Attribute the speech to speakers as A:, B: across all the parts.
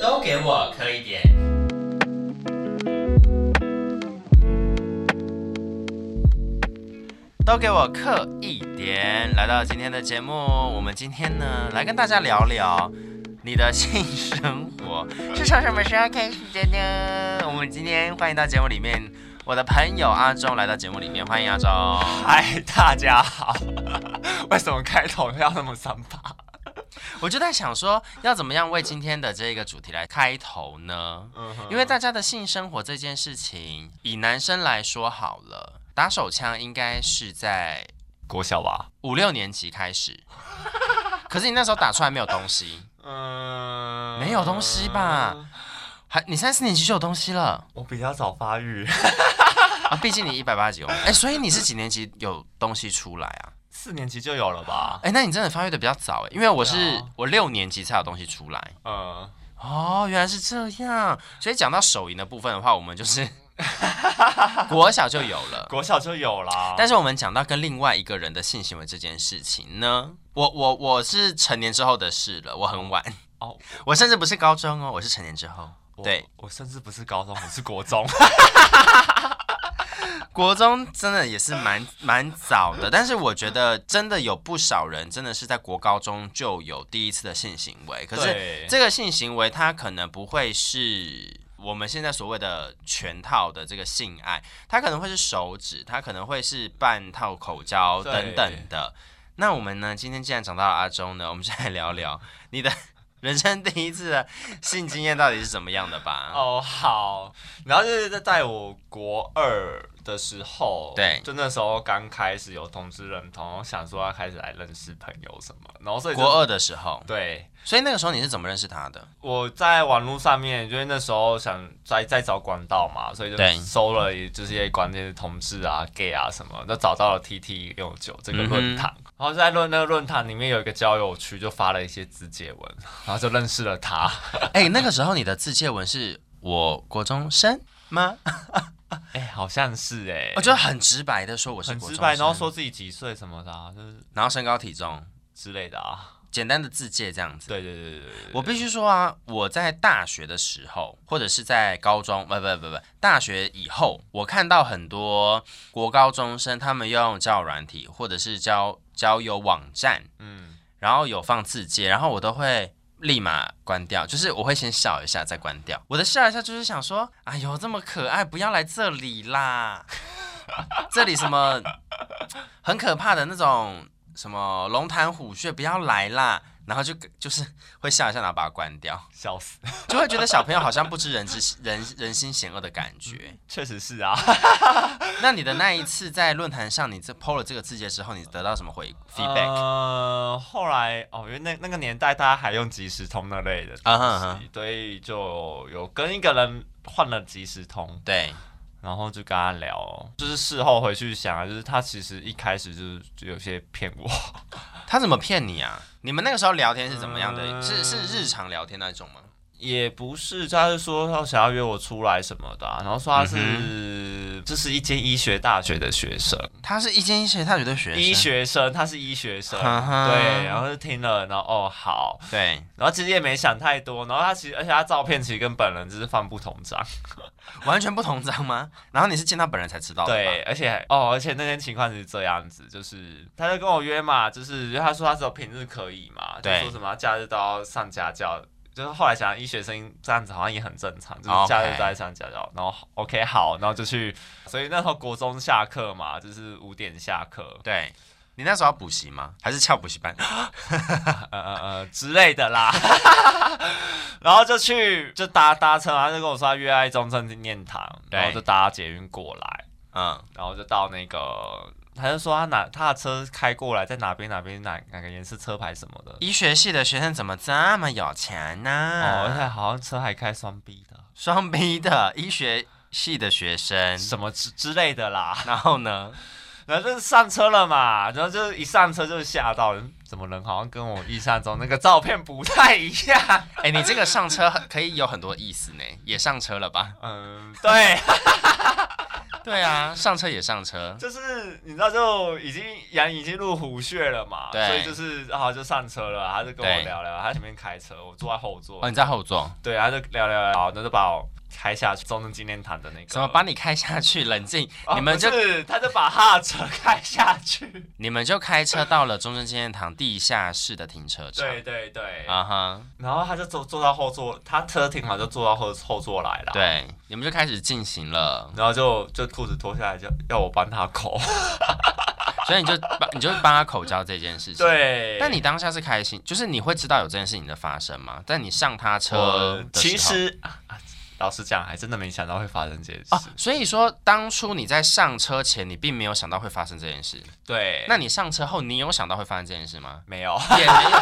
A: 都给我磕一点。都给我刻一点。来到今天的节目，我们今天呢来跟大家聊聊你的性生活是从什么时候开始的呢？我们今天欢迎到节目里面我的朋友阿忠来到节目里面，欢迎阿忠。
B: 嗨，大家好。为什么开头要那么三八？
A: 我就在想说，要怎么样为今天的这个主题来开头呢？
B: 嗯哼
A: 因为大家的性生活这件事情，以男生来说好了，打手枪应该是在
B: 国小吧。
A: 五六年级开始， 可是你那时候打出来没有东西，
B: 嗯
A: 没有东西吧？还你三四年级就有东西了
B: 我比较早发育，
A: 啊！毕竟你一百八几公分，哎、所以你是几年级有东西出来啊？
B: 四年级就有了 吧？
A: 哎、那你真的发育的比较早哎，因为我是、
B: 对啊
A: 我六年级才有东西出来
B: 嗯，
A: 哦，原来是这样。所以讲到手淫的部分的话，我们就是 国小就有了。
B: 国小就有啦。
A: 但是我们讲到跟另外一个人的性行为这件事情呢，我我我是成年之后的事了，我很晚
B: 哦
A: 哦， 我甚至不是高中哦，我是成年之后。
B: 我
A: 对，，
B: 我甚至不是高中，我是国 中。
A: 国中真的也是蛮蛮早的，但是我觉得真的有不少人真的是在国高中就有第一次的性行为，可是
B: 对
A: 这个性行为它可能不会是我们现在所谓的全套的这个性爱，它可能会是手指，它可能会是半套口交
B: 对
A: 等等的。那我们呢，今天既然讲到了阿周呢，我们就来聊 聊你的人生第一次的性经验到底是怎么样的吧。
B: 哦，好，然后就是在在我国二的时候，
A: 对
B: 就那时候刚开始有同志认同，想说要开始来认识朋友什么，然后所以就
A: 国二的时候，
B: 对。
A: 所以那个时候你是怎么认识他的？
B: 我在网络上面，因为那时候想在在找管道嘛，所以
A: 对
B: 就搜了这些关键的同志啊、gay 啊什么，就找到了 TT 六九这个论坛，然后就在论那个论坛里面有一个交友区，就发了一些自介文， 然后就认识了他。
A: 哎、那个时候你的自介文是我国中生吗？
B: 哎、好像是哎、
A: 我就很直白的说我是
B: 很
A: 国中
B: 直
A: 生，
B: 白，然后说自己几岁什么的、啊，就是
A: 然后身高体重，
B: 之类的啊。
A: 简单的自介这样子。
B: 对对对对对
A: 我必须说啊，我在大学的时候，或者是在高中，不不不不，大学以后，我看到很多国高中生他们用交友软体或者是交交友网站，
B: 嗯，
A: 然后有放字节，然后我都会立马关掉，就是我会先笑一下再关掉。我的笑一下就是想说，哎呦这么可爱，不要来这里啦， 这里什么很可怕的那种什么龙潭虎穴，不要来啦。然后就就是会笑一下，然后把它关掉，
B: 笑 死，
A: 就会觉得小朋友好像不知人之 人人心险恶的感觉。
B: 确实是啊。
A: 那你的那一次在论坛上，你这 PO 了这个字节之后，你得到什么回 feedback？
B: 呃，后来哦，因为那那个年代大家还用即时通那类的东西，
A: 啊哈哈
B: 所以就有跟一个人换了即时通，
A: 对，
B: 然后就跟他聊，就是事后回去想啊，就是他其实一开始就是就有些骗我，
A: 他怎么骗你啊？你们那个时候聊天是怎么样的？
B: 嗯
A: 是是日常聊天那种吗？
B: 也不是，他是说他想要约我出来什么的啊、然后说他
A: 嗯
B: 是、这是一间医学大学的学生，
A: 他是一间医学大学的学生，啊
B: 医学生，他是医学生，
A: 哈哈
B: 对，然后就听了，然后哦好，
A: 对，
B: 然后其实也没想太多，然后他其实，而且他照片其实跟本人就是放不同张，
A: 完全不同章吗？然后你是见到本人才知道的，
B: 对，，而且哦，而且那天情况是这样子，就是他就跟我约嘛，就是他说他只有平日可以嘛，就
A: 对
B: 说什么假日都要上家教，就是后来想医学生这样子好像也很正常，就
A: 哦 OK
B: 是假日都在上家教，然后 OK 好，然后就去，所以那时候国中下课嘛，就是五点下课，
A: 对。你那时候要补习吗？还是翘补习班？
B: 呃呃呃之类的 啦， 然后就去就搭搭车嘛，他就跟我说他约在中正纪念堂，
A: 对
B: 然后就搭捷运过来，
A: 嗯，
B: 然后就到那个，他就说他哪他的车开过来在哪边哪边哪哪个颜色车牌什么的，
A: 医学系的学生怎么这么有钱呢、
B: 哦，而且好像车还开双 B 的，
A: 双 B 的医学系的学生，
B: 什么之之类的啦，
A: 然后呢？
B: 然后就上车了嘛，然后就一上车就吓到，嗯怎么人好像跟我印象中那个照片不太一样，
A: 哎、你这个上车可以有很多意思呢，也上车了吧？
B: 嗯，对，
A: 对啊，上车也上车，
B: 就是你知道，就已经羊已经入虎穴了嘛，
A: 对
B: 所以就是啊就上车了，他就跟我
A: 对
B: 聊聊，他前面开车，我坐在后座，
A: 哦，你在后座，
B: 对，他就聊聊聊，那就把我开下去中正纪念堂的那个，
A: 怎么把你开下 去？冷静，
B: 哦
A: 你们就
B: 不是，他就把他的车开下 去，
A: 你们就开车到了中正纪念堂地下室的停车场。
B: 对对对，
A: 啊哈
B: 然后他就坐坐到后座，他车停好就坐到后后座来了，，
A: 对，你们就开始进行了，
B: 然后就就裤子脱下来就要我帮他 口，
A: 所以你就帮 你就帮他口交这件事情。。
B: 对，
A: 但你当下是开心，就是你会知道有这件事情的发生吗？但你上他车
B: 我
A: 的时候
B: 其实啊啊老实讲，还真的没想到会发生这件事，
A: 哦，所以说当初你在上车前，你并没有想到会发生这件事。
B: 对，？
A: 那你哎上车后，你有想到会发生这件事吗
B: 没有。
A: 也没有。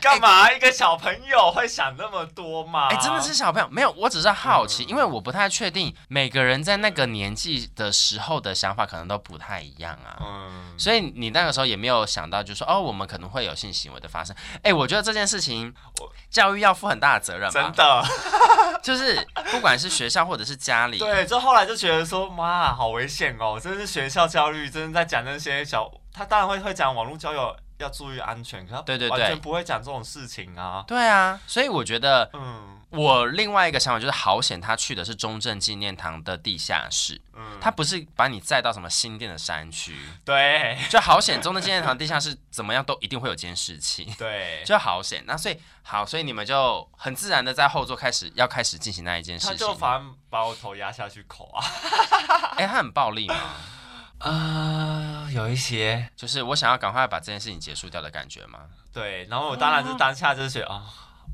B: 干嘛？一个小朋友会想那么多吗？
A: 哎、真的是小朋友，没有，我只是好
B: 嗯
A: 奇，因为我不太确定每个人在那个年纪的时候的想法可能都不太一样啊。
B: 嗯，
A: 所以你那个时候也没有想到，就说哦，我们可能会有性行为的发生。哎，我觉得这件事情
B: 我，
A: 教育要负很大的责任
B: 真
A: 吧，
B: 的，
A: 就是不管是学校或者是家里，
B: 对，就后来就觉得说，妈，好危险哦！真的是学校教育，真的在讲那些小，他当然会会讲网络交友要注意安全，可他
A: 对对对
B: 完全不会讲这种事情啊。
A: 对啊，所以我觉得
B: 嗯
A: 我另外一个想法就是，好险他去的是中正纪念堂的地下室，
B: 嗯，
A: 他不是把你载到什么新店的山区，
B: 对
A: 就好险中正纪念堂地下室怎么样都一定会有监视器。
B: 对，
A: 就好险，那所以好，所以你们就很自然的在后座开始要开始进行那一件事
B: 他
A: 情。
B: 就反正把我头压下去口啊
A: 哎、他很暴力吗？
B: 啊，有一些
A: 就是我想要赶快把这件事情结束掉的感觉吗？
B: 对，然后我当然是当下就是觉得啊。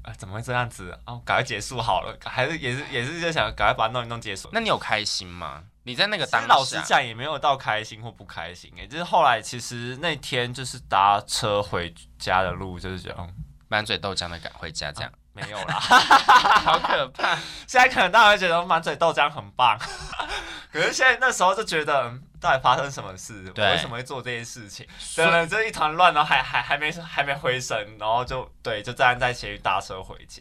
B: 哎怎么会这样子啊？赶快结束好了，还是也是也是就想赶快把它弄一弄结束。
A: 那你有开心吗？你在那个
B: 其
A: 当
B: 实
A: 下，
B: 老实讲，也没有到开心或不开心、欸，就是后来其实那天就是搭车回家的路，就是觉得、嗯、
A: 满嘴豆浆的赶回家，这样、
B: 没有啦。
A: 好可怕。
B: 现啊在可能大家会觉得满嘴豆浆很棒，可是现在那时候就觉得，嗯，到底发生什么事？我
A: 对
B: 为什么会做这件事情？等了这一团乱，然后还还还没还没回神，然后就对，就站在前面搭车回家。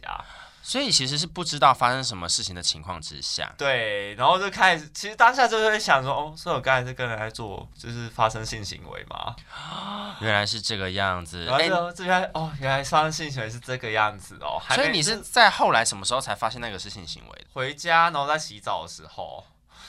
A: 所以其实是不知道发生什么事情的情况之下，
B: 对，然后就开始，其实当下就是会想说，哦，所以我刚才是跟人在做，就是发生性行为嘛。
A: 原来是这个样子。
B: 然后
A: 哎、
B: 就这边哦，原来发生性行为是这个样子哦。还
A: 所以
B: 没
A: 你
B: 就是
A: 在后来什么时候才发现那个是性行为的？
B: 回家，然后在洗澡的时候，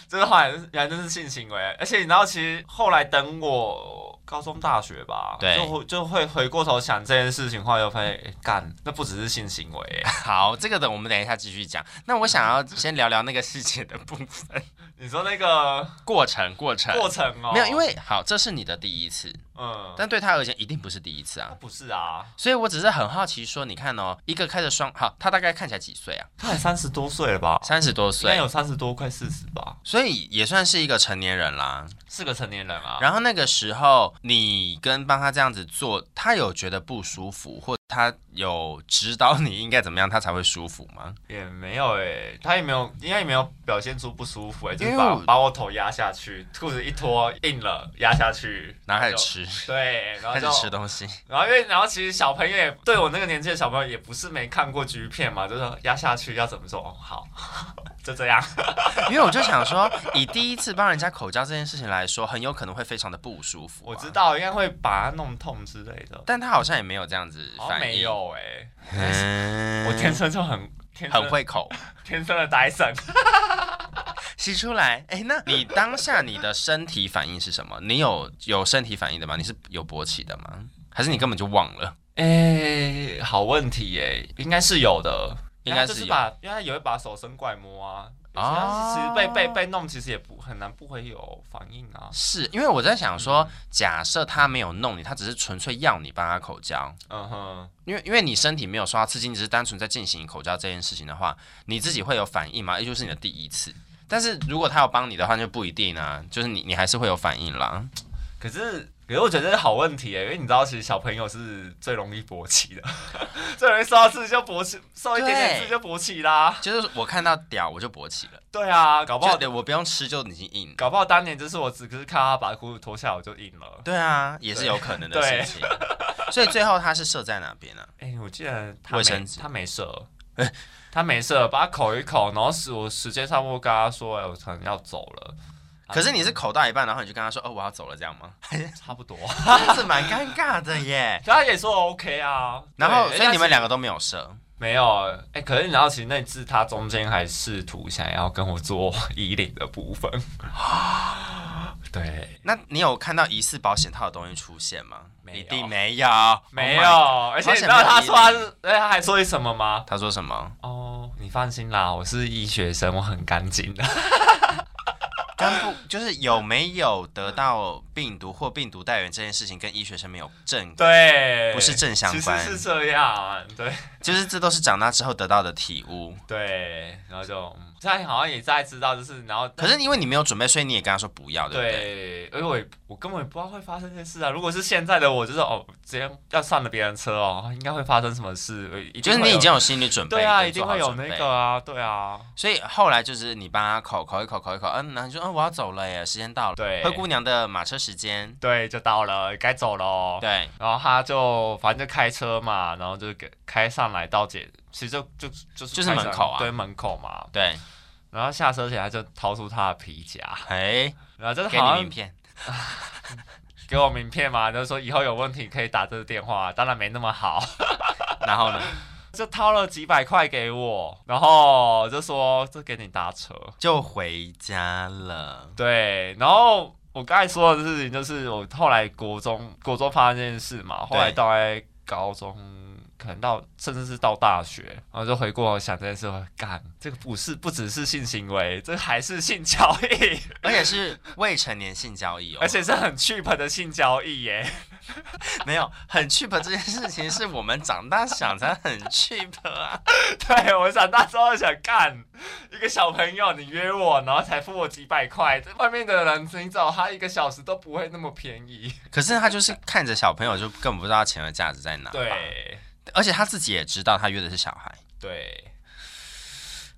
B: 就是后来就是原来就是性行为，而且你知道，其实后来等我高中、大学吧，
A: 对
B: 就会就会回过头想这件事情，后来就发现，诶干、那不只是性行为，
A: 好，这个等我们等一下继续讲。那我想要先聊聊那个事情的部分
B: 你说那个
A: 过程，过程，
B: 过程哦，
A: 没有，因为好，这是你的第一次，
B: 嗯，
A: 但对他而言一定不是第一次啊。
B: 不是啊，
A: 所以我只是很好奇说，你看哦，一个开着双，好，他大概看起来几岁啊？
B: 他才三十多岁了吧？
A: 三十多
B: 应该
A: 岁，
B: 哦有三十多，快四十吧，
A: 所以也算是一个成年人啦。
B: 是个成年人啊。
A: 然后那个时候，你跟帮他这样子做，他有觉得不舒服，或他有指导你应该怎么样，他才会舒服吗？
B: 也没有哎、他也没有，应该也没有表现出不舒服哎、就
A: 因
B: 是
A: 为
B: 把
A: 我
B: 把我头压下去，裤子一脱硬了，压下 去，
A: 然后开始
B: 就
A: 吃，
B: 对，然后
A: 开始
B: 就
A: 吃东 西，
B: 然后因为然后其实小朋友也对我那个年纪的小朋友也不是没看过 G 片嘛，就说压下去要怎么做哦，好， 就这样，
A: 因为我就想说，以第一次帮人家口交这件事情来说，很有可能会非常的不舒服、啊
B: 我知，道应该会把它弄痛之类的，
A: 但他好像也没有这样子
B: 好像
A: 反应，
B: 没，有哎、
A: 嗯，
B: 我天生就很 天生
A: 很会口。
B: 天生的呆神，
A: 洗出来。哎、那你当下你的身体反应是什么？你有有身体反应的吗？你是有勃起的吗？还是你根本就忘了？
B: 哎、好问题哎、应该是有的。
A: 应该
B: 就是是
A: 有
B: 把，因为他也会把手伸过来摸啊，
A: 哦
B: 其实被被被弄，其实也不很难不会有反应啊。
A: 是因为我在想说，假设他没有弄你，他只是纯粹要你帮他口交，
B: 嗯哼，
A: 因为因为你身体没有受到刺激，你只是单纯在进行口交这件事情的话，你自己会有反应吗？也就是你的第一次。但是如果他要帮你的话，就不一定啊，就是你你还是会有反应啦。
B: 可是可是我觉得这是好问题哎，因为你知道，其实小朋友是最容易勃起的， 最容易受到刺激就勃起，受一点点刺激就勃起啦。
A: 就是我看到屌我就勃起了，
B: 对啊，搞不好
A: 就我不用吃就已经硬了。
B: 搞不好当年就是我只是看他把裤子脱下来我就硬了。
A: 对啊，也是有可能的
B: 对
A: 事情。所以最后他是射在哪边呢、
B: 哎、我记得他
A: 卫生
B: 没
A: 纸哎
B: 他没射，他没事了，把他口一口，然后时我时间差不多跟他说，哎、我可能要走了，
A: 可是你是口到一半，然后你就跟他说：“哦，我要走了。”这样 吗？
B: 差不多，
A: 这是蛮尴尬的耶。
B: 他也说 OK 啊。
A: 然后，
B: 对
A: 所以你们
B: 但是
A: 两个都没有射，
B: 没有哎、可是你知道，其实那次他中间还试图想要跟我做衣领的部分，对，
A: 那你有看到疑似保险套的东西出现吗？
B: 没有
A: 一定没有，
B: 没
A: Oh
B: 有
A: my-
B: 而且你知道他说他是，哎，他还说一什么吗？
A: 他说什么？
B: 哦，你放心啦，我是医学生，我很干净的。
A: 干不就是有没有得到病毒或病毒带源这件事情，跟医学生没有正，
B: 对，
A: 不是正相关
B: 其实是这样，对
A: 就是这都是长大之后得到的体悟。
B: 对，然后就嗯现在好像也在知道，就是然后
A: 可是因为你没有准备，所以你也跟他说不要，对不对？
B: 对，因为我也我根本也不知道会发生这些事啊。如果是现在的我，就是哦，直接要上了别人车哦，应该会发生什么事？呃一定
A: 就是
B: 会
A: 你
B: 有
A: 已经有心理准备，
B: 对啊，
A: 跟
B: 一定
A: 做好
B: 会有
A: 准备
B: 那个啊，对啊，
A: 所以后来就是你帮他口口一口口一口，嗯，然后你就嗯我要走了耶，时间到了，
B: 对
A: 灰姑娘的马车时间，
B: 对，就到了，该走喽。
A: 对，
B: 然后他就反正就开车嘛，然后就给开上来到姐，其实就就就是
A: 就是
B: 开上
A: 门口啊
B: 对门口嘛。
A: 对，
B: 然后下车前他就掏出他的皮夹，
A: 哎，
B: 然后就是
A: 给你
B: 好
A: 名
B: 像
A: 片，
B: 给我名片嘛，就说以后有问题可以打这个电话，当然没那么好。
A: 然后呢，
B: 就掏了几百块给我，然后就说这给你搭车。
A: 就回家 了。
B: 对，然后我刚才说的事情就是我后来国中国中发生这件事嘛，后来
A: 对
B: 到来高中。可能到甚至是到大学，然后就回过头想这件事，我干这个不是不只是性行为，这还是性交易，
A: 而且是未成年性交易哦，
B: 而且是很 cheap 的性交易耶。
A: 没有很 cheap 这件事情，是我们长大想才很 cheap 啊。
B: 对我长大之后想干一个小朋友，你约我，然后才付我几百块，这外面的人你找他一个小时都不会那么便宜。
A: 可是他就是看着小朋友，就根本不知道钱的价值在哪。，
B: 对
A: 而且他自己也知道他约的是小孩，
B: 对，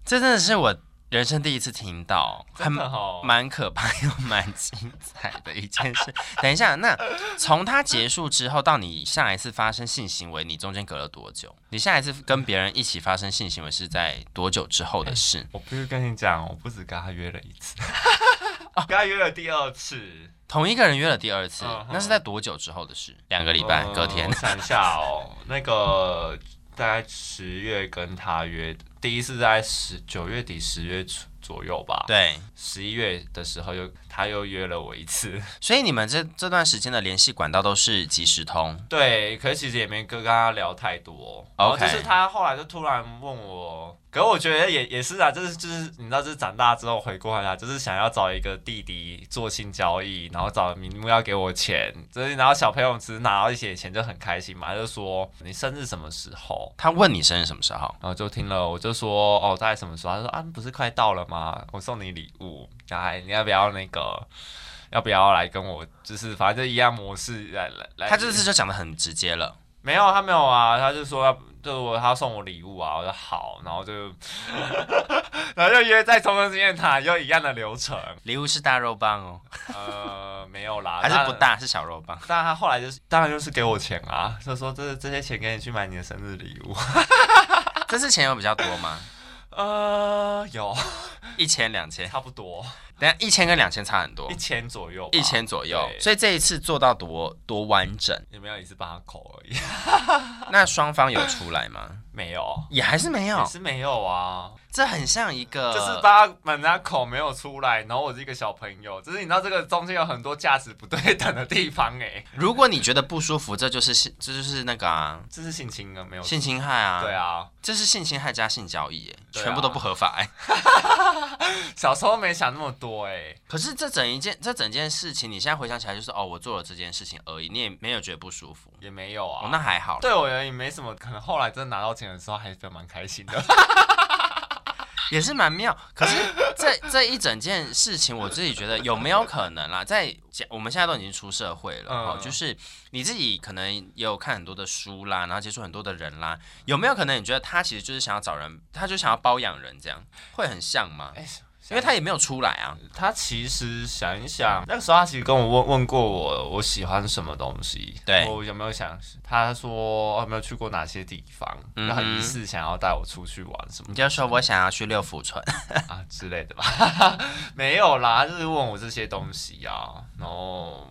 A: 这真的是我人生第一次听到，很
B: 真的好。
A: 蛮可怕又蛮精彩的一件事。等一下，那从它结束之后到你下一次发生性行为，你中间隔了多久？你下一次跟别人一起发生性行为是在多久之后的事？
B: 我必须跟你讲，我不止跟他约了一 次，跟他约了第二次，
A: 同一个人约了第二次
B: 嗯，
A: 那是在多久之后的事？两个礼拜，
B: 嗯
A: 隔天
B: 我。想一下哦，那个大概十月跟他约的，第一次在十九月底十月初左右吧，
A: 对，
B: 十一月的时候又他又约了我一次。
A: 所以你们这这段时间的联系管道都是即时通，
B: 对，可是其实也没跟跟他聊太多。然后
A: OK
B: 就是他后来就突然问我，可是我觉得也也是啊，就是就是你知道，就是长大之后回过来，啊就是想要找一个弟弟做性交易，然后找名目要给我钱，就是然后小朋友只是拿到一些钱就很开心嘛，他就说你生日什么时候？
A: 他问你生日什么时候？
B: 然后就听了，我就说哦，大概什么时候？他说啊，不是快到了吗？我送你礼物，来，你要不要那个？要不要来跟我？就是反正就一样模式来来来。
A: 他这次就讲的很直接了。
B: 没有，他没有啊，他就说要就是我他要送我礼物啊，我说好，然后就 然后就约在中正纪念塔，又一样的流 程，
A: 礼物是大肉棒哦，
B: 呃，没有啦，
A: 还是
B: 但
A: 不。大，是小肉 棒。
B: 但他后来就是，当然就是给我钱啊，就说这这些钱给你去买你的生日礼物。
A: 这次钱有比较多吗？
B: 呃，有
A: 一千、两千。
B: 差不多
A: 等下一千跟两千差很多
B: 一，千左右吧，
A: 哦一千左右，
B: 对
A: 所以这一次做到多多完整。
B: 也没有一次八口而已，
A: 那双方有出来 吗？
B: 没有，
A: 也还是没
B: 也
A: 有，呃
B: 是没有啊。
A: 这很像一个，
B: 就是把门家口没有出来，然后我是一个小朋友，就是你知道这个中间有很多价值不对等的地方哎、
A: 如果你觉得不舒服，这就是性，这就是那个啊，
B: 这是性侵啊，没有
A: 性侵害啊，
B: 对，啊，
A: 这是性侵害加性交易耶，
B: 对啊
A: 全部都不合法哎。
B: 小时候没想那么多哎、
A: 可是这整一件，这整件事情，你现在回想起来就是哦，我做了这件事情而已，你也没有觉得不舒服，
B: 也没有
A: 哦，
B: 啊。
A: 那还好。
B: 对我而言也没什么，可能后来真的拿到钱的时候还是蛮开心的。
A: 也是蛮妙。可是这这一整件事情，我自己觉得有没有可能啦？在讲我们现在都已经出社会了，
B: 嗯
A: 哦，就是你自己可能也有看很多的书啦，然后接触很多的人啦，有没有可能你觉得他其实就是想要找人，他就想要包养人，这样会很像吗？
B: 哎、
A: 因为他也没有出来啊。
B: 他其实想一想，那个时候他其实跟我问问过我，我喜欢什么东西，
A: 对
B: 我有没有想，他说哦有没有去过哪些地方，
A: 嗯哼
B: 然后疑似想要带我出去玩什么
A: 你就说我想要去六福 村，
B: 啊之类的吧， 没有啦，就是问我这些东西啊，然后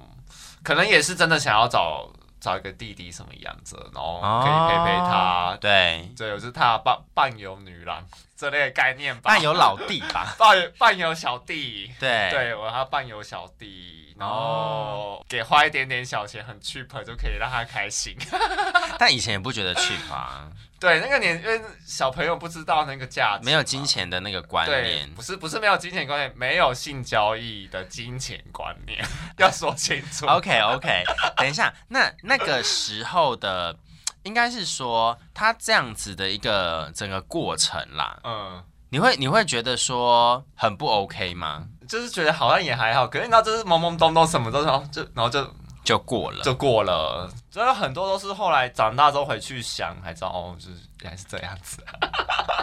B: 可能也是真的想要找找一个弟弟什么样子，然后可以陪陪
A: 哦
B: 他，
A: 对，
B: 对，我是他的伴伴游女郎这类的概念吧，
A: 伴有老弟吧，
B: 伴游伴游小弟，
A: 对，
B: 对我他伴游小弟，然
A: 哦
B: 后给花一点点小钱，很 cheap 就可以让他开心。
A: 但以前也不觉得去吧，
B: 对，那个年因为小朋友不知道那个价值嘛，
A: 没有金钱的那个观
B: 对，
A: 念
B: 不。是不是没有金钱观念，没有性交易的金钱观念， 要说清楚。
A: OK OK，等一下，那那个时候的，应该是说他这样子的一个整个过程啦，
B: 嗯，
A: 你会你会觉得说很不 OK 吗？
B: 就是觉得好像也还好，可是你知道，就是懵懵懂懂什么都，然后就然后就
A: 就过了，
B: 就过了。真的很多都是后来长大之后回去想，才知道哦，就是原来是这样子。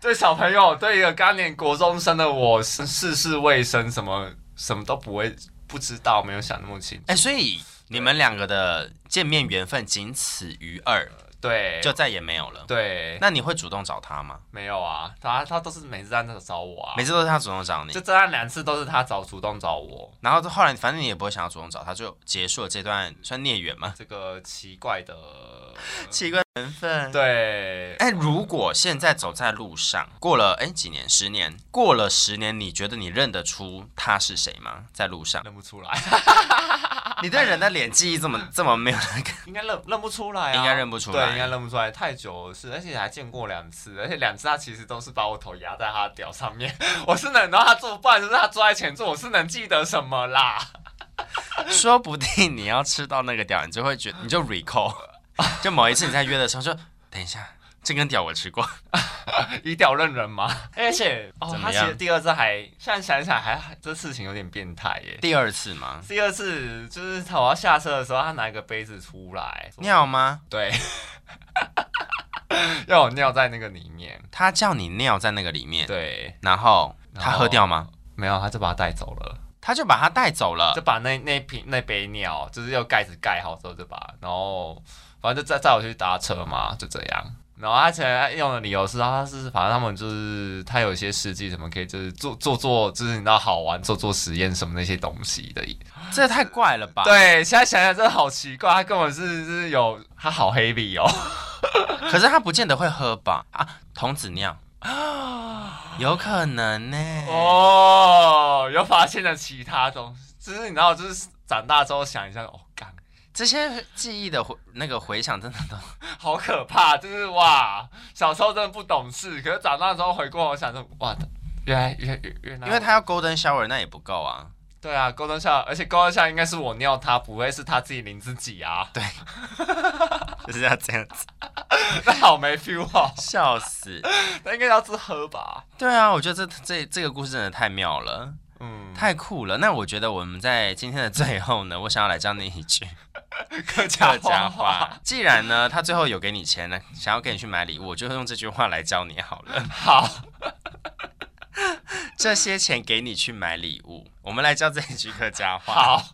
B: 对小朋友，对一个刚年国中生的我，是世事未深，什么什么都不会，不知道，没有想那么清。
A: 哎、所以你们两个的见面缘分仅此于二，
B: 对，
A: 就再也没有了。
B: 对，
A: 那你会主动找他吗？
B: 没有啊，他他都是每次在那找我啊，
A: 每次都是他主动找你
B: 就，这样两次都是他找主动找我，
A: 然后后来反正你也不会想要主动找他，就结束了这段算孽缘吗？
B: 这个奇怪的，
A: 奇怪缘
B: 嗯
A: 分。
B: 对，
A: 哎，如果现在走在路上，过了哎几年，十年，过了十年，你觉得你认得出他是谁吗？在路上，
B: 认不出来，
A: 你对人的脸记忆这么这么没有那个，
B: 应该认认不出来啊，
A: 应该认不出来
B: 对，应该认不出来，太久了是，而且还见过两次，而且两次他其实都是把我头压在他的屌上面， 我是能，然后他坐，不然就是他坐在前座，我是能记得什么啦？
A: 说不定你要吃到那个屌，你就会觉你就 recall，就某一次你在约的时候说，等一下，这根屌我吃过，
B: 以屌认人吗？ 而且哦
A: 怎，么
B: 他其
A: 样
B: 实第二次还，现在想一想还这事情有点变态耶。
A: 第二次吗？
B: 第二次就是他我要下车的时候，他拿一个杯子出来，
A: 尿吗？
B: 对， 要我尿在那个里面。
A: 他叫你尿在那个里面，
B: 对，
A: 然后
B: 然
A: 他
B: 后
A: 喝掉吗？
B: 没有，他就把它带走了，
A: 他就把他带走了
B: 就。把那那瓶那杯尿，就是用盖子盖好之后就把，然后反正就载载我去搭车嘛，就这样。然后他前来用的理由是，他是反正他们就是他有一些事迹什么可以就是做做做，就是你知道好玩做做实验什么那些东西的。
A: 这也太怪了 吧？，
B: 对，现在想想真的好奇怪，他根本是是有他好黑笔哦。
A: 可是他不见得会喝吧？啊，童子 尿，有可能呢、
B: 哦，又发现了其他东西，就是你知道，就是长大之后想一下，哦，干，
A: 这些记忆的回那个回想真的都
B: 好可怕，就是哇，小时候真的不懂事，可是长大之后回过头想着，哇，原来原来原来，
A: 因为他要 golden shower 那也不够啊。
B: 对啊，高中校，而且高中校应该是我尿他，不会是他自己淋自己啊，
A: 就是要这样子，
B: 那好没 feel 哦，
A: 笑死！
B: 那应该要自喝吧，
A: 对啊，我觉得这这这个故事真的太妙了，
B: 嗯，
A: 太酷了。那我觉得我们在今天的最后呢，我想要来教你一句
B: 客家
A: 客家话。既然呢，他最后有给你钱了，想要给你去买礼物，我就用这句话来教你好 了。
B: 好，
A: 这些钱给你去买礼物，我们来教这一句客家话。
B: 好，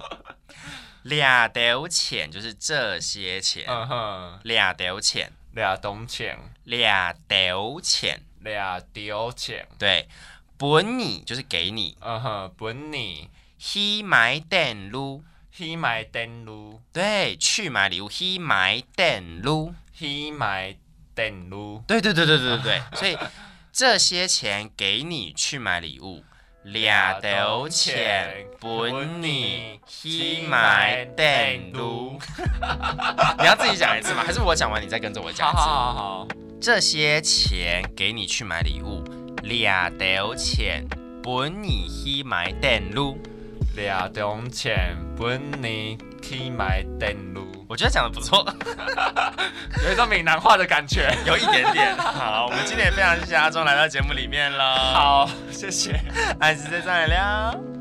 A: 俩丢钱就是这些钱，
B: 嗯哼，
A: 俩丢钱，
B: 俩懂钱，
A: 俩丢钱，
B: 俩丢钱，
A: 对，本你就是给你，
B: 嗯哼，本你。
A: he 买电路，
B: He 买电路
A: 对，去买礼物，he 买电路，
B: ，He 买电路，
A: 对对对对对对啊对，所以这些钱给你去买礼物。俩丢钱，本你 he 买电路，。你要自己讲一次吗？还是我讲完你再跟着我讲
B: 好
A: 一次？
B: 好好好，
A: 这些钱给你去买礼物，俩丢钱，本你去买电路。
B: 俩中钱本你 He 买电 路，
A: 我觉得讲的不错，
B: 有一种闽南话的感觉。
A: 有一点点。好，我们今天也非常谢谢阿忠来到节目里面了。，
B: 好，谢谢。
A: 爱是再上来聊。